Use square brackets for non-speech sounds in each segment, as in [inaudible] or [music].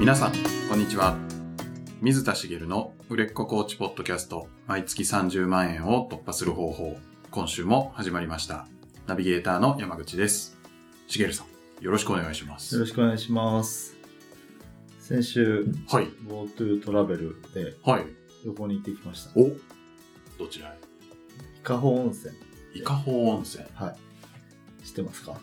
皆さん、こんにちは。水田茂の売れっ子コーチポッドキャスト、毎月30万円を突破する方法、今週も始まりました。ナビゲーターの山口です。茂さん、よろしくお願いしまよす。ろしくお願いします。先週、はい。 GoTo トラベルではい。旅行に行ってきました。伊おどちらへ香保温泉。伊香保温泉。はい。知ってますか、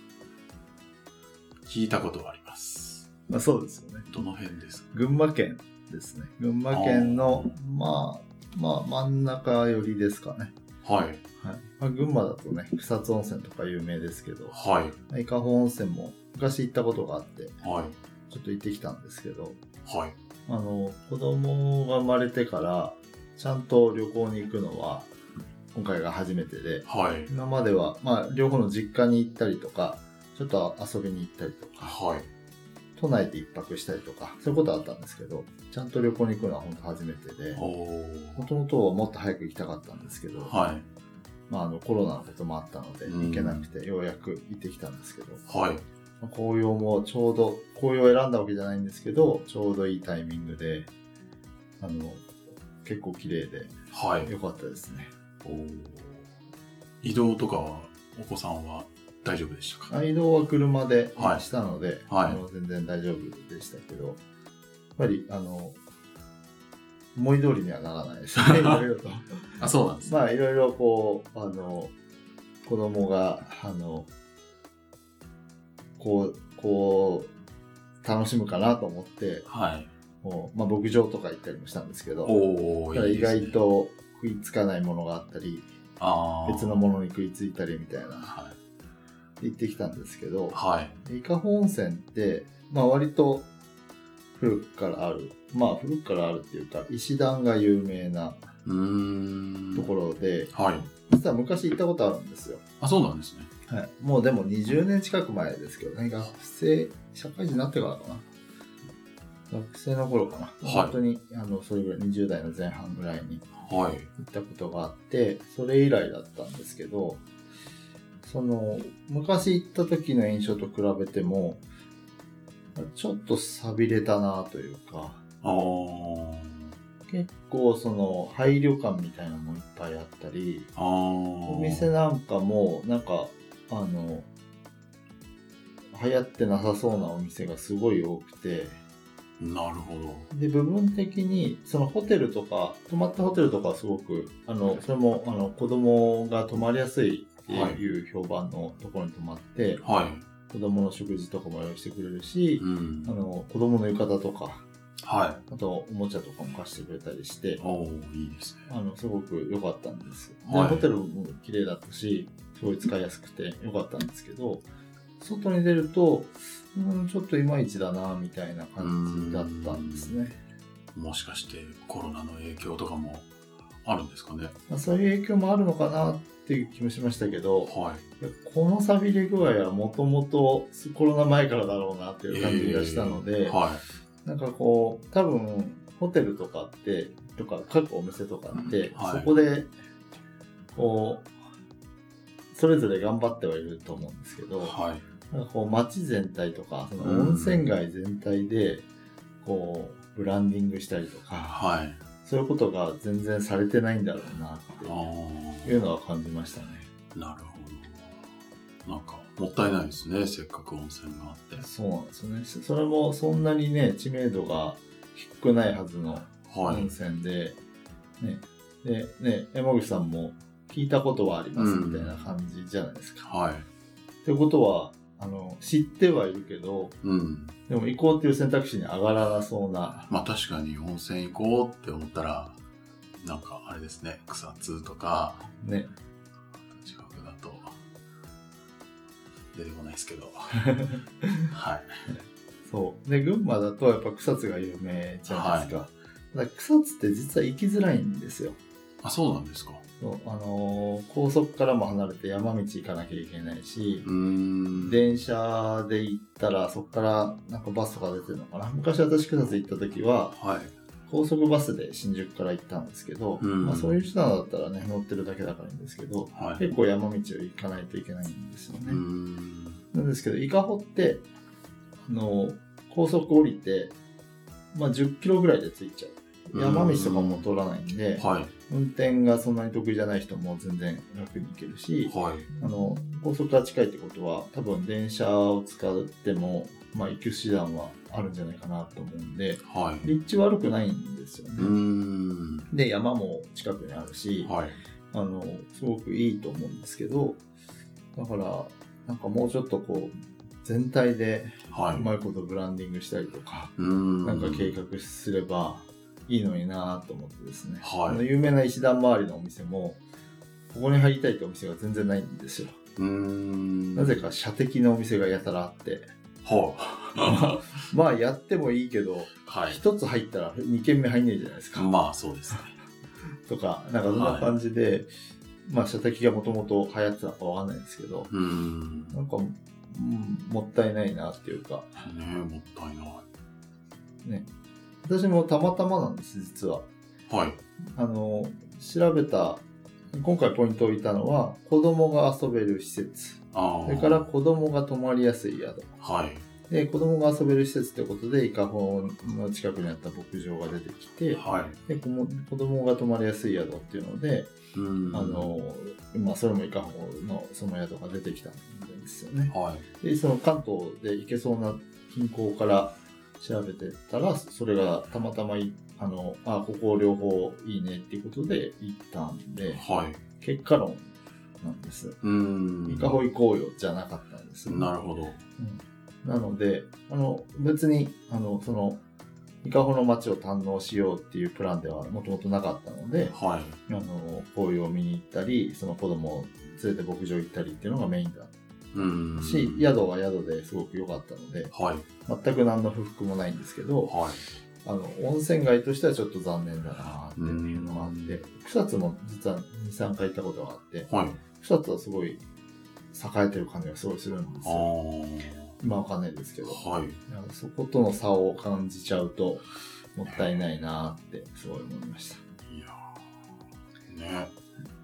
聞いたことはあります。まあ、そうですよね。どの辺ですか群馬県ですね。群馬県の、まあ、まあ、真ん中寄りですかね。はい。はい。まあ、群馬だとね、草津温泉とか有名ですけど、はい。伊香保温泉も昔行ったことがあって、はい。ちょっと行ってきたんですけど、はい。あの、子供が生まれてから、ちゃんと旅行に行くのは、今回が初めてで、はい。今までは、まあ、両方の実家に行ったりとか、ちょっと遊びに行ったりとか、はい。都内で一泊したりとか、そういうことはあったんですけど、ちゃんと旅行に行くのは本当初めてで、おー。もともとはもっと早く行きたかったんですけど、はい。まあ、あのコロナのこともあったので、うん行けなくて、ようやく行ってきたんですけど、はい。まあ紅葉もちょうど、紅葉を選んだわけじゃないんですけど、ちょうどいいタイミングで、あの、結構綺麗で、はい。良かったですね。移動とかはお子さんは大丈夫でしたか、移動は車ではいしたので、はいあの全然大丈夫でしたけど、やっぱりあの思い通りにはならないです [laughs] ね、いろいろと。あそうなんですねまあ、いろいろこう、あの子供があのこう、こう、楽しむかなと思って、はいもうまあ、牧場とか行ったりもしたんですけど、おおただ意外と食いつかないものがあったり、あー別のものに食いついたりみたいな、はい行ってきたんですけど、はい伊香保温泉って、まあ、割と古くからあるまあ古くからあるっていうか石段が有名なうーんところで、はい実は昔行ったことあるんですよ、あそうなんですねはい、もうでも20年近く前ですけどね学生社会人になってからかな学生の頃かな、い本当にあのそれぐらい20代の前半ぐらいにはい行ったことがあってそれ以来だったんですけどその昔行った時の印象と比べてもちょっと寂れたなというかあー結構その配慮感みたいなのもいっぱいあったりあおお店なんかもなんかあの流行ってなさそうなお店がすごい多くてなるほどで部分的にそのホテルとか泊まったホテルとかはすごくあのそれもあの子供が泊まりやすいっていう評判のところに泊まって、はい子供の食事とかも用意してくれるし、うんあの子供の浴衣とかはあとおもちゃとかも貸してくれたりしていおおいいですねあのすごく良かったんですよではいホテルも綺麗だったしすごい使いやすくて良かったんですけど外に出るとうんちょっといまいちだなみたいな感じだったんですね。もしかしてコロナの影響とかもあるんですかねまあ、そういう影響もあるのかなっていう気もしましたけどはいこのさびれ具合はもともとコロナ前からだろうなっていう感じがしたので、えーはなんかこう多分ホテルとかってとか各お店とかって、はいそこでこうそれぞれ頑張ってはいると思うんですけいど、はいなんかこう街全体とかそのうん温泉街全体でこうブランディングしたりとかはいそういうことが全然されてないんだろうなあっーていうのは感じましたね。なるほど。なんか、もったいないですね。せっかく温泉があって。そうなんですよね。そそれもそんなにね、知名度が低くないはずのはい。温泉で、ね、で、ね、山口さんも聞いたことはありますみたいな感じじゃないですか。はい。ってことは、あの、知ってはいるけど、うん。でも行こうっていう選択肢に上がらなそうな、まあ確かに温泉行こうって思ったら、なんかあれですね、草津とか、ね、近くだと、出てこないです [laughs] けど。はい。そう。で、群馬だとやっぱ草津が有名じゃないですか。ただ草津って実は行きづらいんですよ。あ、そうなんですか。そうあのー高速からも離れて山道行かなきゃいけないし、うーん。、電車で行ったらそこからなんかバスとか出てるのかな昔私草津行った時ははい。高速バスで新宿から行ったんですけど、うんまあ、そういう手段だったらね乗ってるだけだからいいんですけどはい。結構山道を行かないといけないんですようね、ーん。なんですけど伊香保ってあの高速降りてまあ、10キロぐらいで着いちゃう。うん山道とかも通らないんで、はい。運転がそんなに得意じゃない人も全然楽に行けるし、はい。あの、高速が近いってことは、多分電車を使っても、まあ、行く手段はあるんじゃないかなと思うんで、はい。立地悪くないんですようーね。ん。で、山も近くにあるし、はい。あの、すごくいいと思うんですけど、だから、なんかもうちょっとこう、全体ではうい。まいことブランディングしたりとか、うーん。なんか計画すればいいのになぁと思ってですね、はいあの有名な石段周りのお店もここに入りたいってお店が全然ないんですよ、うーん。なぜか射的のお店がやたらあってはまあやってもいいけどあ。はい。一つ入ったら2軒目入んねえじゃないですか、まあ、そうですね。とかなんかそんな感じで、まあ射的がもともと流行ってたのかわかんないですけどうーん。ねなんか、うんもったいないなっていうかえ、もったいない。私もたまたまなんです実ははい。あの調べた今回ポイントを置いたのは子供が遊べる施設ああ。それから、子供が泊まりやすい宿はい。で子供が遊べる施設ということで伊香保の近くにあった牧場が出てきてはい。で子も子供が泊まりやすい宿っていうので、うーん。あ、のまあ、それも伊香保のその宿が出てきたんですよねはい。でその関東で行けそうな近郊から調べてったらそれがたまたまいあのあここ両方いいねっていうことで行ったんで、はい。結果論なんです。うーん。イカホ行こうよじゃなかったんです。なるほど。なので、あの、別に、あの、その、イカホの街を堪能しようっていうプランではもともとなかったので、はい。あの、紅葉を見に行ったり、その子供を連れて牧場行ったりっていうのがメインだうーん。し、宿は宿ですごく良かったので、はい。全く何の不服もないんですけど、はい。あの、温泉街としてはちょっと残念だなっていうのがあっうて、草津も実は2、3回行ったことがあって、はい。草津はすごい栄えてる感じがすごいするんですあよ。あ。今わかんないですけど、はい。いやそことの差を感じちゃうともったいないなーってすごい思いました。いやーね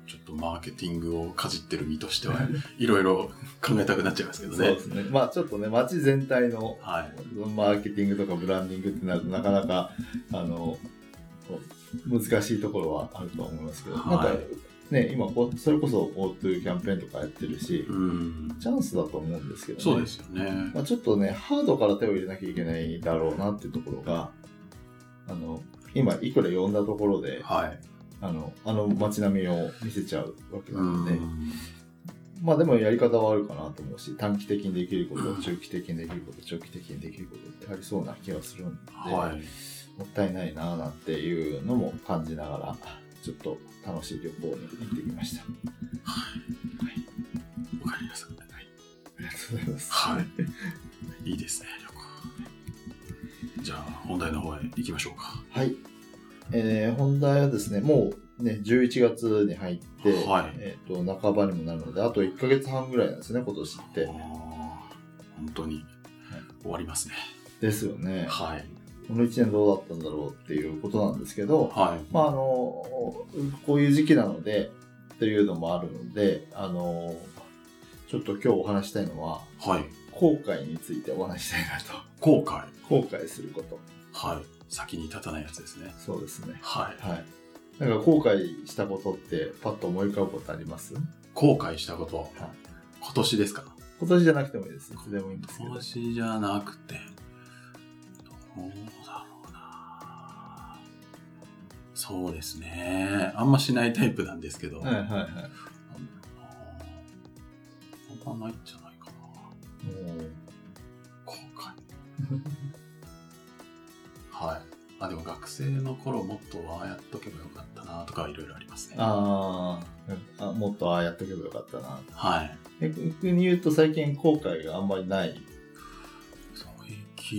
ちょっとマーケティングをかじってる身と [laughs] してはいろいろ考えたくなっちゃいますけどそうねで。すね。まあちょっとね、街全体のはい、マーケティングとかブランディングってなるとなかなか、あの、こう難しいところはあると思いますけど、なんはかいね、今こう、それこそ GoTo キャンペーンとかやってるし、うんチャンスだと思うんですけどね。そうですよね。まあ、ちょっとね、ハードから手を入れなきゃいけないだろうなっていうところが、あの、今、いくら呼んだところで、はい。あの、あの街並みを見せちゃうわけなうので、んまあでもやり方はあるかなと思うし、短期的にできること、中期的にできること、長期的にできることってありそうな気がするんで、はい。もったいないなあなんていうのも感じながら、ちょっと楽しい旅行に行ってきました。わかりました。ありがとうございます。はい。いいですね、旅行。じゃあ、本題の方へ行きましょうか。はい。えー、本題はですね、もうね、11月に入って、はいえっ、と、半ばにもなるので、あと1ヶ月半ぐらいなんですね、今年っあーて。本当に終わりますね。ですよね。はい。この1年どうだったんだろうっていうことなんですけど、はい。まあ、あの、こういう時期なので、というのもあるので、あの、ちょっと今日お話したいのは、はい。後悔についてお話したいなと。 [laughs] 後悔。後悔すること。はい。先に立たないやつですね。そうですね。はい。はい。なんか後悔したことって、パッと思い浮かぶことあります後悔したこと。今年ですか今年じゃなくてもいいです。いつでもいいんですけど今。年じゃなくて、どうだろうなそうですね。あんましないタイプなんですけど。はいはいはい。あんまないんじゃないかな。後悔。はい。あ、でも学生の頃もっとああやっとけばよかったなとかいろいろありますね。あーあ、もっとああやっとけばよかったな。はい。え逆に言うと最近後悔があんまりない。最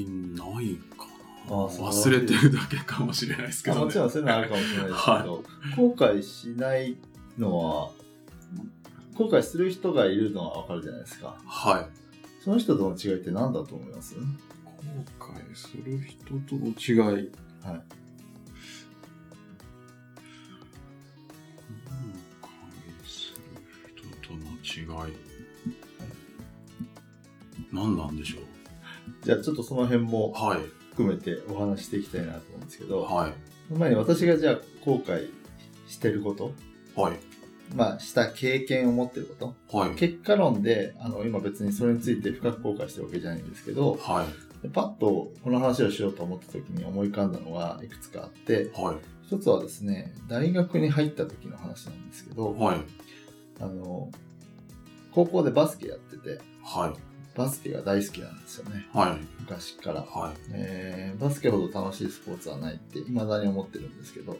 近ないかな。あそう忘れてるだけかもしれないですけあど、ね。もちろんそういうのはあるかもしれないですけど、後悔しないのは、後悔する人がいるのはわかるじゃないですか。はい。その人との違いって何だと思います後悔する人との違い。はい後悔する人との違い。何なんでしょうじゃあちょっとその辺もはい。含めてお話していきたいなと思うんですけど、はい。その前に私がじゃあ後悔してること、はい。まあ、した経験を持ってること、はい。結果論で、あの、今別にそれについて深く後悔してるわけじゃないんですけど、はい。パッとこの話をしようと思った時に思い浮かんだのがいくつかあって、はい。一つはですね、大学に入った時の話なんですけど、はい。あの、高校でバスケやってて、はい。バスケが大好きなんですよね、はい。昔から。はい。えーバスケほど楽しいスポーツはないって未だに思ってるんですけど、も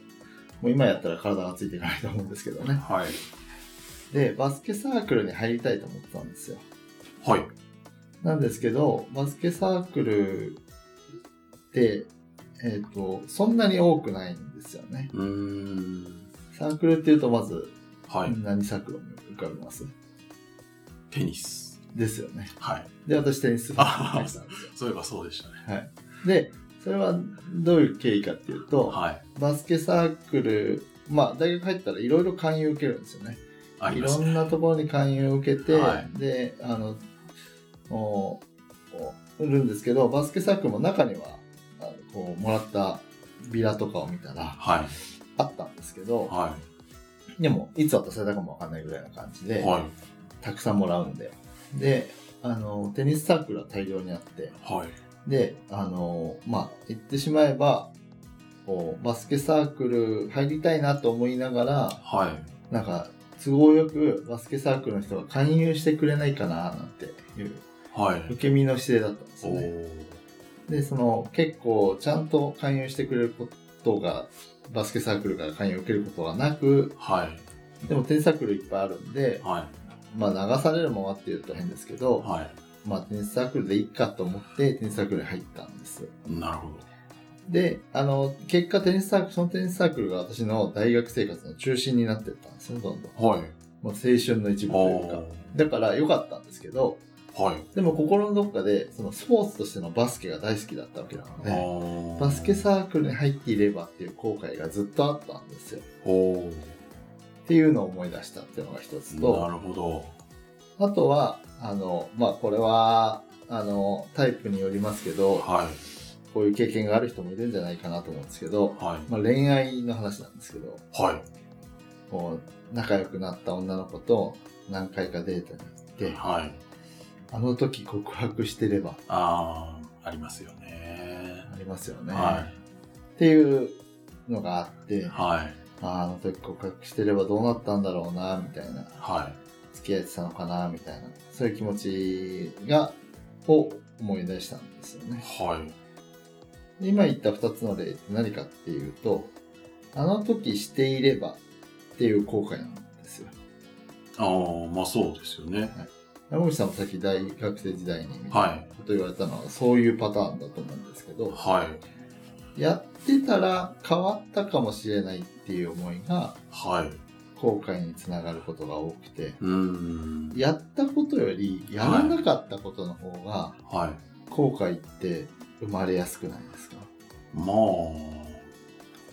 う今やったら体がついていかないと思うんですけどね。はい。で、バスケサークルに入りたいと思ってたんですよ。はい。なんですけど、バスケサークルって、えっ、と、そんなに多くないんですよね。うーん。サークルっていうとまず、はい。何サークルを浮かびますテニス。ですよね。はい。で、私テニス部に入ってたんですよ。そういえばそうでしたね。はい。で、それはどういう経緯かっていうと、はい。バスケサークル、まあ、大学入ったらいろいろ勧誘受けるんですよね。ありいまろすね。んなところに勧誘を受けて、はで、あの、おお売るんですけど、バスケサークルも中には、あのこう、もらったビラとかを見たら、はい。あったんですけど、はでも、いつ渡されたかもわかんないぐらいな感じい。で、はい。たくさんもらうんで。で、あの、テニスサークルは大量にあって、はい。で、あの、まあ、言ってしまえば、こう、バスケサークル入りたいなと思いながら、はい。なんか都合よくバスケサークルの人が勧誘してくれないかななんていうはい受。け身の姿勢だったんですおよね。ー。でその結構ちゃんと勧誘してくれることがバスケサークルから勧誘を受けることがなくはい。でもテニスサークルいっぱいあるんで、はまあ、流されるままっていうと変ですけど、い。はまあ、テニスサークルでいいかと思ってテニスサークルに入ったんです。い。なるほど。であの結果テニスサークルそのテニスサークルが私の大学生活の中心になってったんですよどんどん。はい。もう青春の一部というか。だから良かったんですけど、はい。でも心のどっかで、そのスポーツとしてのバスケが大好きだったわけなので、おーバスケサークルに入っていればっていう後悔がずっとあったんですよ。おーっていうのを思い出したっていうのが一つなと、るほど。あとは、あの、まあ、これは、あの、タイプによりますけど、はこういう経験がある人もいるんじゃないかなと思うんですけど、い。はまあ、恋愛の話なんですけど、い。はこう、仲良くなった女の子と何回かデートにい。行って、はい。あの時告白してれば、ああ、ありますよね。ありますよね。はっていうのがあってい。、はい。あーあの時告白してればどうなったんだろうな、みたいな。は付き合えてたのかな、みたいな。そういう気持ちが、を思い出したんですよい。ね。はい。で今言った二つの例って何かっていうと、あの時していればっていう後悔なんですよ。ああ、まあそうですよね。山口さんもさっき大学生時代にみたいなはこと言われたのはそういうパターンだと思うんですけい。ど、はい。やってたら変わったかもしれないっていう思いがはい。後悔につながることが多くて、うーん。やったことよりやらなかったことの方がはい。後悔って生まれやすくないですか、ま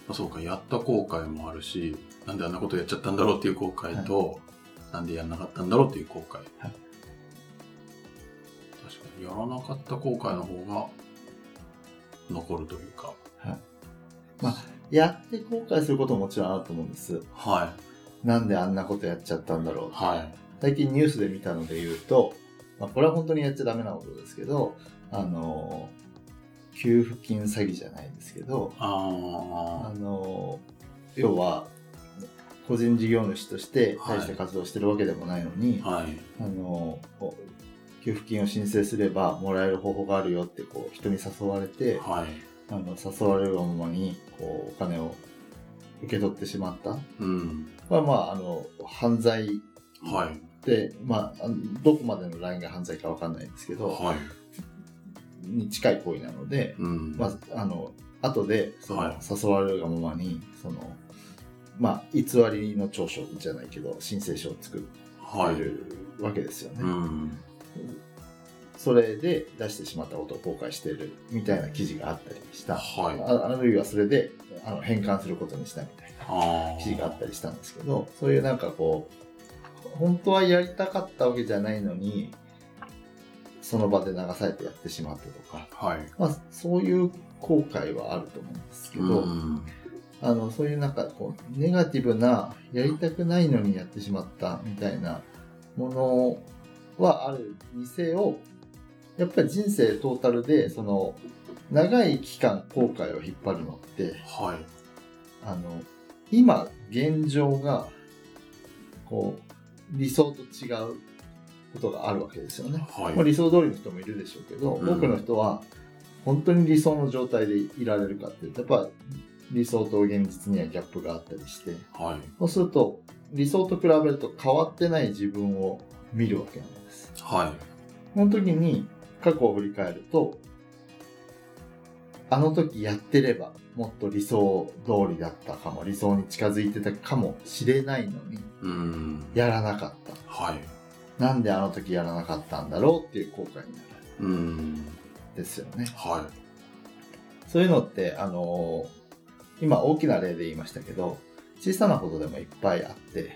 あ、そうか、やった後悔もあるし、なんであんなことやっちゃったんだろうっていう後悔と、なんでやんなかったんだろうっていう後悔。確かに、やらなかった後悔の方が残るというか。やって後悔することももちろんあると思うんですはなんであんなことやっちゃったんだろうい。はい。最近ニュースで見たので言うと、まあ、これは本当にやっちゃダメなことですけどあのー給付金詐欺じゃないですけどああのー要は個人事業主として大した活動してるわけでもないのに、あ、はい。あのこう給付金を申請すればもらえる方法があるよってこう人に誘われてはい。あの誘われるがままにこうお金を受け取ってしまったうん。まあまああの犯罪はい。で、まあ、あのどこまでのラインが犯罪かわかんないんですけどはい。に近い行為なので、うん。まあ、あの後でそのはい誘われるがままにその、まあ、偽りの調書じゃないけど申請書を作ってはい。るわけですよね。うん。それで出してしまったことを後悔してるみたいな記事があったりした、はい。ああるいはそれであの返還することにしたみたいなああ。記事があったりしたんですけどそういうなんかこう本当はやりたかったわけじゃないのにその場で流されてやってしまったとか、はい。まあ、そういう後悔はあると思うんですけど、うんあの、そういうなんかこう、ネガティブな、やりたくないのにやってしまったみたいなものはあるにせよ、やっぱり人生トータルで、その、長い期間後悔を引っ張るのって、はい。あの、今、現状が、こう、理想と違うことがあるわけですよね。はい。まあ理想通りの人もいるでしょうけど、うん多くの人は本当に理想の状態でいられるかっていうとやっぱ理想と現実にはギャップがあったりしてはい。そうすると理想と比べると変わってない自分を見るわけなんですはい。その時に過去を振り返るとあの時やってればもっと理想通りだったかも理想に近づいてたかもしれないのにうん。やらなかったはい。なんであの時やらなかったんだろうっていう後悔になるうん。んですよねはそういうのって、あのー今大きな例で言いましたけど、小さなことでもいっぱいあって、い。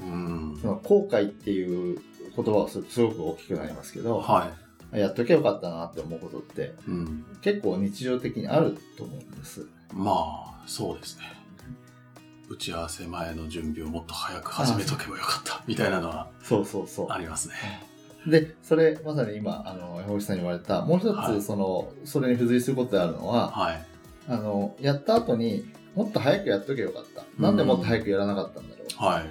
うんそ。の後悔っていう言葉をするとすごく大きくなりますけど、はやっときゃよかったなって思うことってい。うん。結構日常的にあると思うんです。まあ、そうですね。打ち合わせ前の準備をもっと早く始めとけばよかった、みたいなのはそうそうそありますね。う。で、それまさに今、あの、山口さんに言われた、もう一はいつ、その、それに付随することであるのは、はい。あの、やった後にもっと早くやっときゃよかった。なんでもっと早くやらなかったんだろう。はい。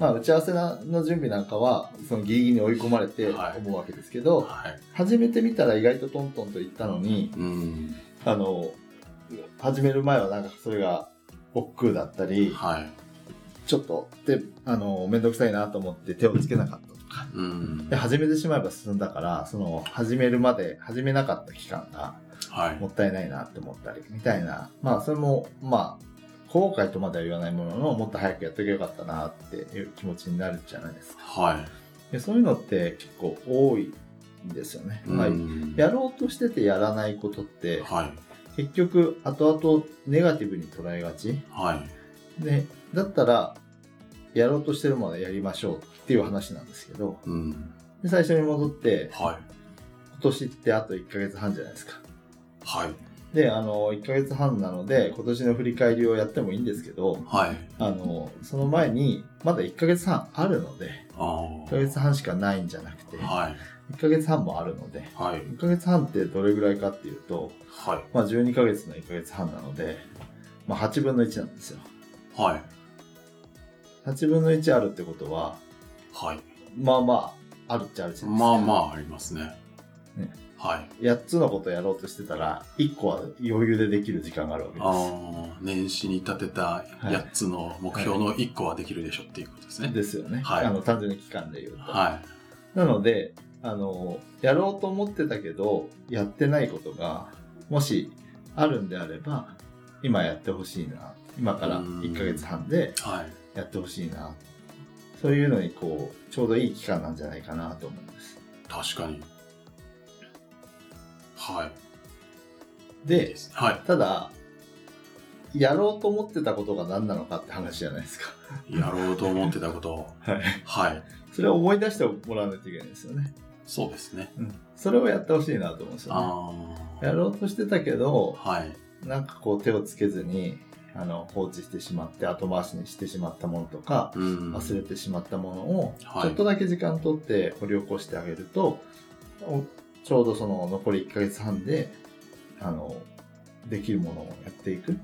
まあ、打ち合わせなの準備なんかはそのギリギリに追い込まれてはい思うわけですけど、はい。始めてみたら意外とトントンといったのにうん。あの始める前はなんかそれが億劫だったりはい。ちょっとであの面倒くさいなと思って手をつけなかったとかうんで。始めてしまえば進んだからその始めるまで始めなかった期間がはい。もったいないなって思ったりみたいなまあそれもまあ後悔とまでは言わないもののもっと早くやっとけばよかったなっていう気持ちになるじゃないですか。はい。でそういうのって結構多いんですよね。まあうんやろうとしててやらないことってはい。結局後々ネガティブに捉えがちはい。でだったらやろうとしてるものはやりましょうっていう話なんですけどうん。で最初に戻ってはい。今年ってあと1ヶ月半じゃないですかはい。であの1ヶ月半なので今年の振り返りをやってもいいんですけどはい。あのその前にまだ1ヶ月半あるのでああ。 1ヶ月半しかないんじゃなくて1はい。ヶ月半もあるのではい。 1ヶ月半ってどれぐらいかっていうと、はい。まあ、12ヶ月の1ヶ月半なので、まあ、8分の1なんですよ。はい。 8分の1あるってことは、はい。まあまあ、あるっちゃあるじゃないですまか。あまあありますね。ねはい。 8つのことやろうとしてたら、1個は余裕でできる時間があるわけあでー年始に立てたい8つの目標の1個はできるでしょっていうことですす。ね。ですよね。はいあの、単純に期間で言うと。はなので、あの、やろうと思ってたけど、やってないことが、もしあるんであれば、今やってほしいな。今から1ヶ月半で、い。はい。やってほしいなそういうのにこうちょうどいい期間なんじゃないかなと思うんです確かに。はい。いいでですはただやろうと思ってたことが何なのかって話じゃないですか [laughs] い。やろうと思ってたことを。はいはい。それを思い出してもらわないといけないですよね、そうですね。うん、それをやってほしいなと思うんですよねああ。やろうとしてたけどはい。なんかこう手をつけずにあの放置してしまって後回しにしてしまったものとかうん。忘れてしまったものをはいちょっとだけ時間取って掘り起こしてあげると、おちょうどその残り1ヶ月半であのできるものをやっていく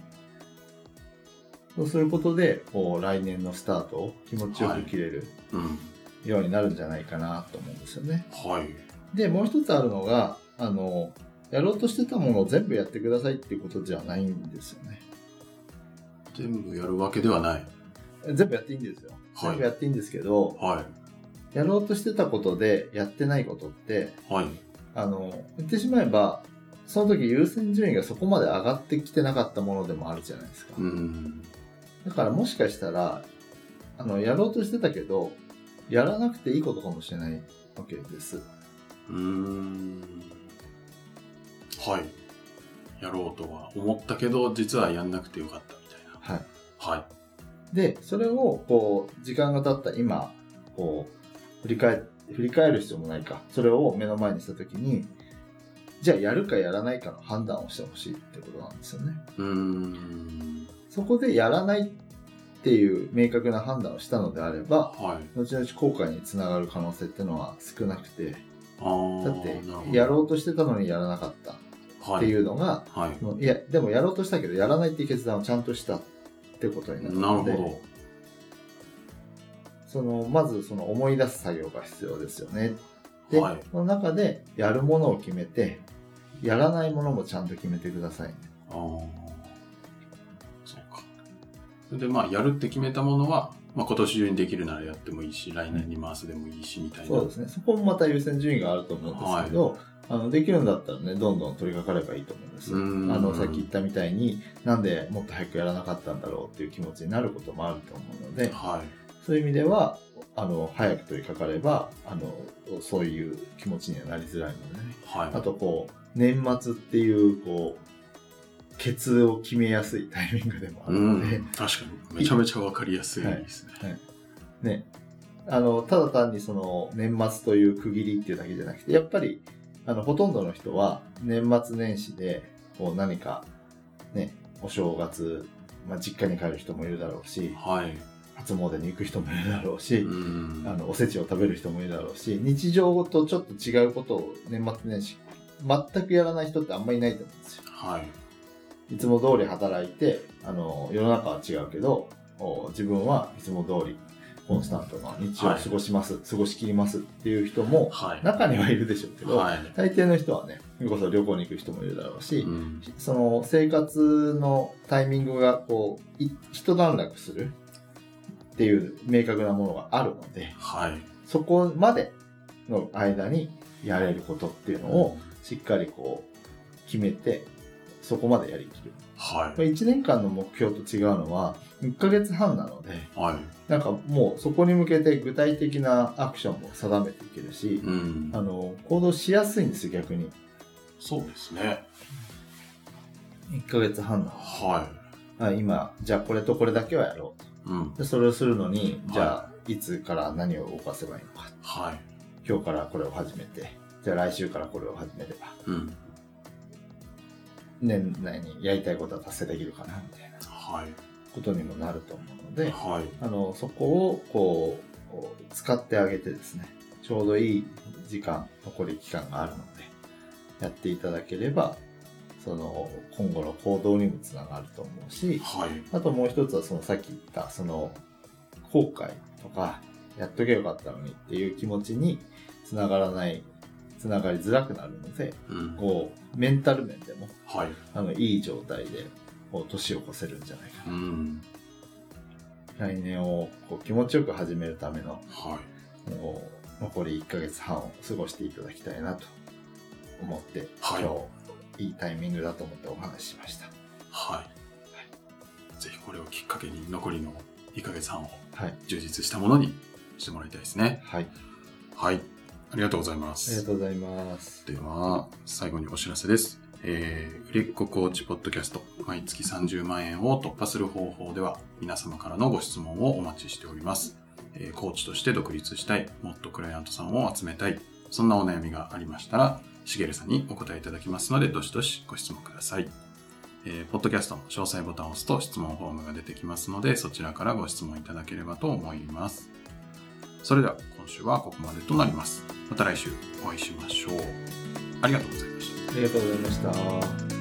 そうすることでこう来年のスタートを気持ちよく切れるうん。ようになるんじゃないかなと思うんですよね。はい。でもう一つあるのがあのやろうとしてたものを全部やってくださいっていうことじゃないんですよね。全部やるわけではない。全部やっていいんですよ。はい全部やっていいんですけど、はやろうとしてたことでやってないことってい。はい。あの、言ってしまえば、その時優先順位がそこまで上がってきてなかったものでもあるじゃないですか。うん。だからもしかしたら、あの、やろうとしてたけど、やらなくていいことかもしれないわけです。うーんはい。やろうとは思ったけど、実はやんなくてよかったみたいな。はい。はい。で、それを、こう、時間が経った今、こう、振り返、振り返る必要もないか。それを目の前にした時に、じゃあやるかやらないかの判断をしてほしいってことなんですよね。うーん。そこでやらないっていう明確な判断をしたのであれば、はい。後々後悔につながる可能性ってのは少なくて、ああ。だってなるほどやろうとしてたのにやらなかったっはていい。うのが、はい。もういや、でもやろうとしたけど、やらないっていう決断をちゃんとしたってことになるなるので、ほそのまずその思い出す作業が必要ですよね。で、ど。はい。その中でやるものを決めて、やらないものもちゃんと決めてくださいね。ああ。そうか。それでまあ、やるって決めたものは、まあ今年中にできるならやってもいいし、来年に回すでもいいし、みたいな。そうですね。そこもまた優先順位があると思うんですけど、あのできるんだったらね、どんどん取り掛かればいいと思うんですよ。うーんあの、さっき言ったみたいに、なんでもっと早くやらなかったんだろうっていう気持ちになることもあると思うので、はい。そういう意味では、あの、早く取り掛かれば、あの、そういう気持ちにはなりづらいのでね。はい。あと、こう、年末っていう、こう、ケツを決めやすいタイミングでもあうるので、ん、確かにめちゃめちゃわかりやすいですね。ね、あの、ただ単にその年末という区切りっていうだけじゃなくて、やっぱり、あの、ほとんどの人は年末年始で、こう何か、ね、お正月、まあ、実家に帰る人もいるだろうし、はい。初詣に行く人もいるだろううし、んあの、おせちを食べる人もいるだろうし、日常とちょっと違うことを年末年始、全くやらない人ってあんまりいないと思うんですよ。はい。いつも通り働いて、あの、世の中は違うけど、お自分はいつも通りコンスタントな日常を過ごします、過ごしきりますっていう人もはい。中にはいるでしょうけど、はい。大抵の人はね、それこそ旅行に行く人もいるだろうし、うんその生活のタイミングがこう、い一段落するっていう明確なものがあるので、はい。そこまでの間にやれることっていうのをしっかりこう決めて、そこまでやりきる。はこれ1年間の目標と違うのは1ヶ月半なのでい。はい。なんかもうそこに向けて具体的なアクションも定めていけるし、うんあ。の行動しやすいんですよ逆にそうですね。 1ヶ月半のはあ今じゃあこれとこれだけはやろうい。うん。でそれをするのにじゃあいつから何を動かせばいいのかはい。今日からこれを始めてじゃあ来週からこれを始めればうん。年内にやりたいことは達成できるかなみたいなはことにもなると思うのい。ではい。あのそこをこうこう使ってあげてですねちょうどいい時間残り期間があるのでやっていただければその今後の行動にもつながると思うしはい。あともう一つはそのさっき言ったその後悔とかやっとけばよかったのにっていう気持ちにつながらないつながりづらくなるのでうん。こうメンタル面でもはい。あのいい状態でこう年を越せるんじゃないかなうん。来年をこう気持ちよく始めるためのはもう残り1ヶ月半を過ごしていただきたいなと思って、はい今日いいタイミングだと思ってお話ししました。い。はい。ぜひこれをきっかけに残りの1ヶ月半をはい。充実したものにしてもらいたいですね。はい。はい。ありがとうございまありすが。とうございます。では、最後にお知らせです。えー、売れっ子コーチポッドキャスト、毎月30万円を突破する方法では、皆様からのご質問をお待ちしております。えーコーチとして独立したい、もっとクライアントさんを集めたい、そんなお悩みがありましたら、しげるさんにお答えいただきますので、どしどしご質問ください。えーポッドキャストの詳細ボタンを押すと質問フォームが出てきますので、そちらからご質問いただければと思います。それでは、今週はここまでとなります。また来週お会いしましょう。ありがとうございました。ありがとうございました。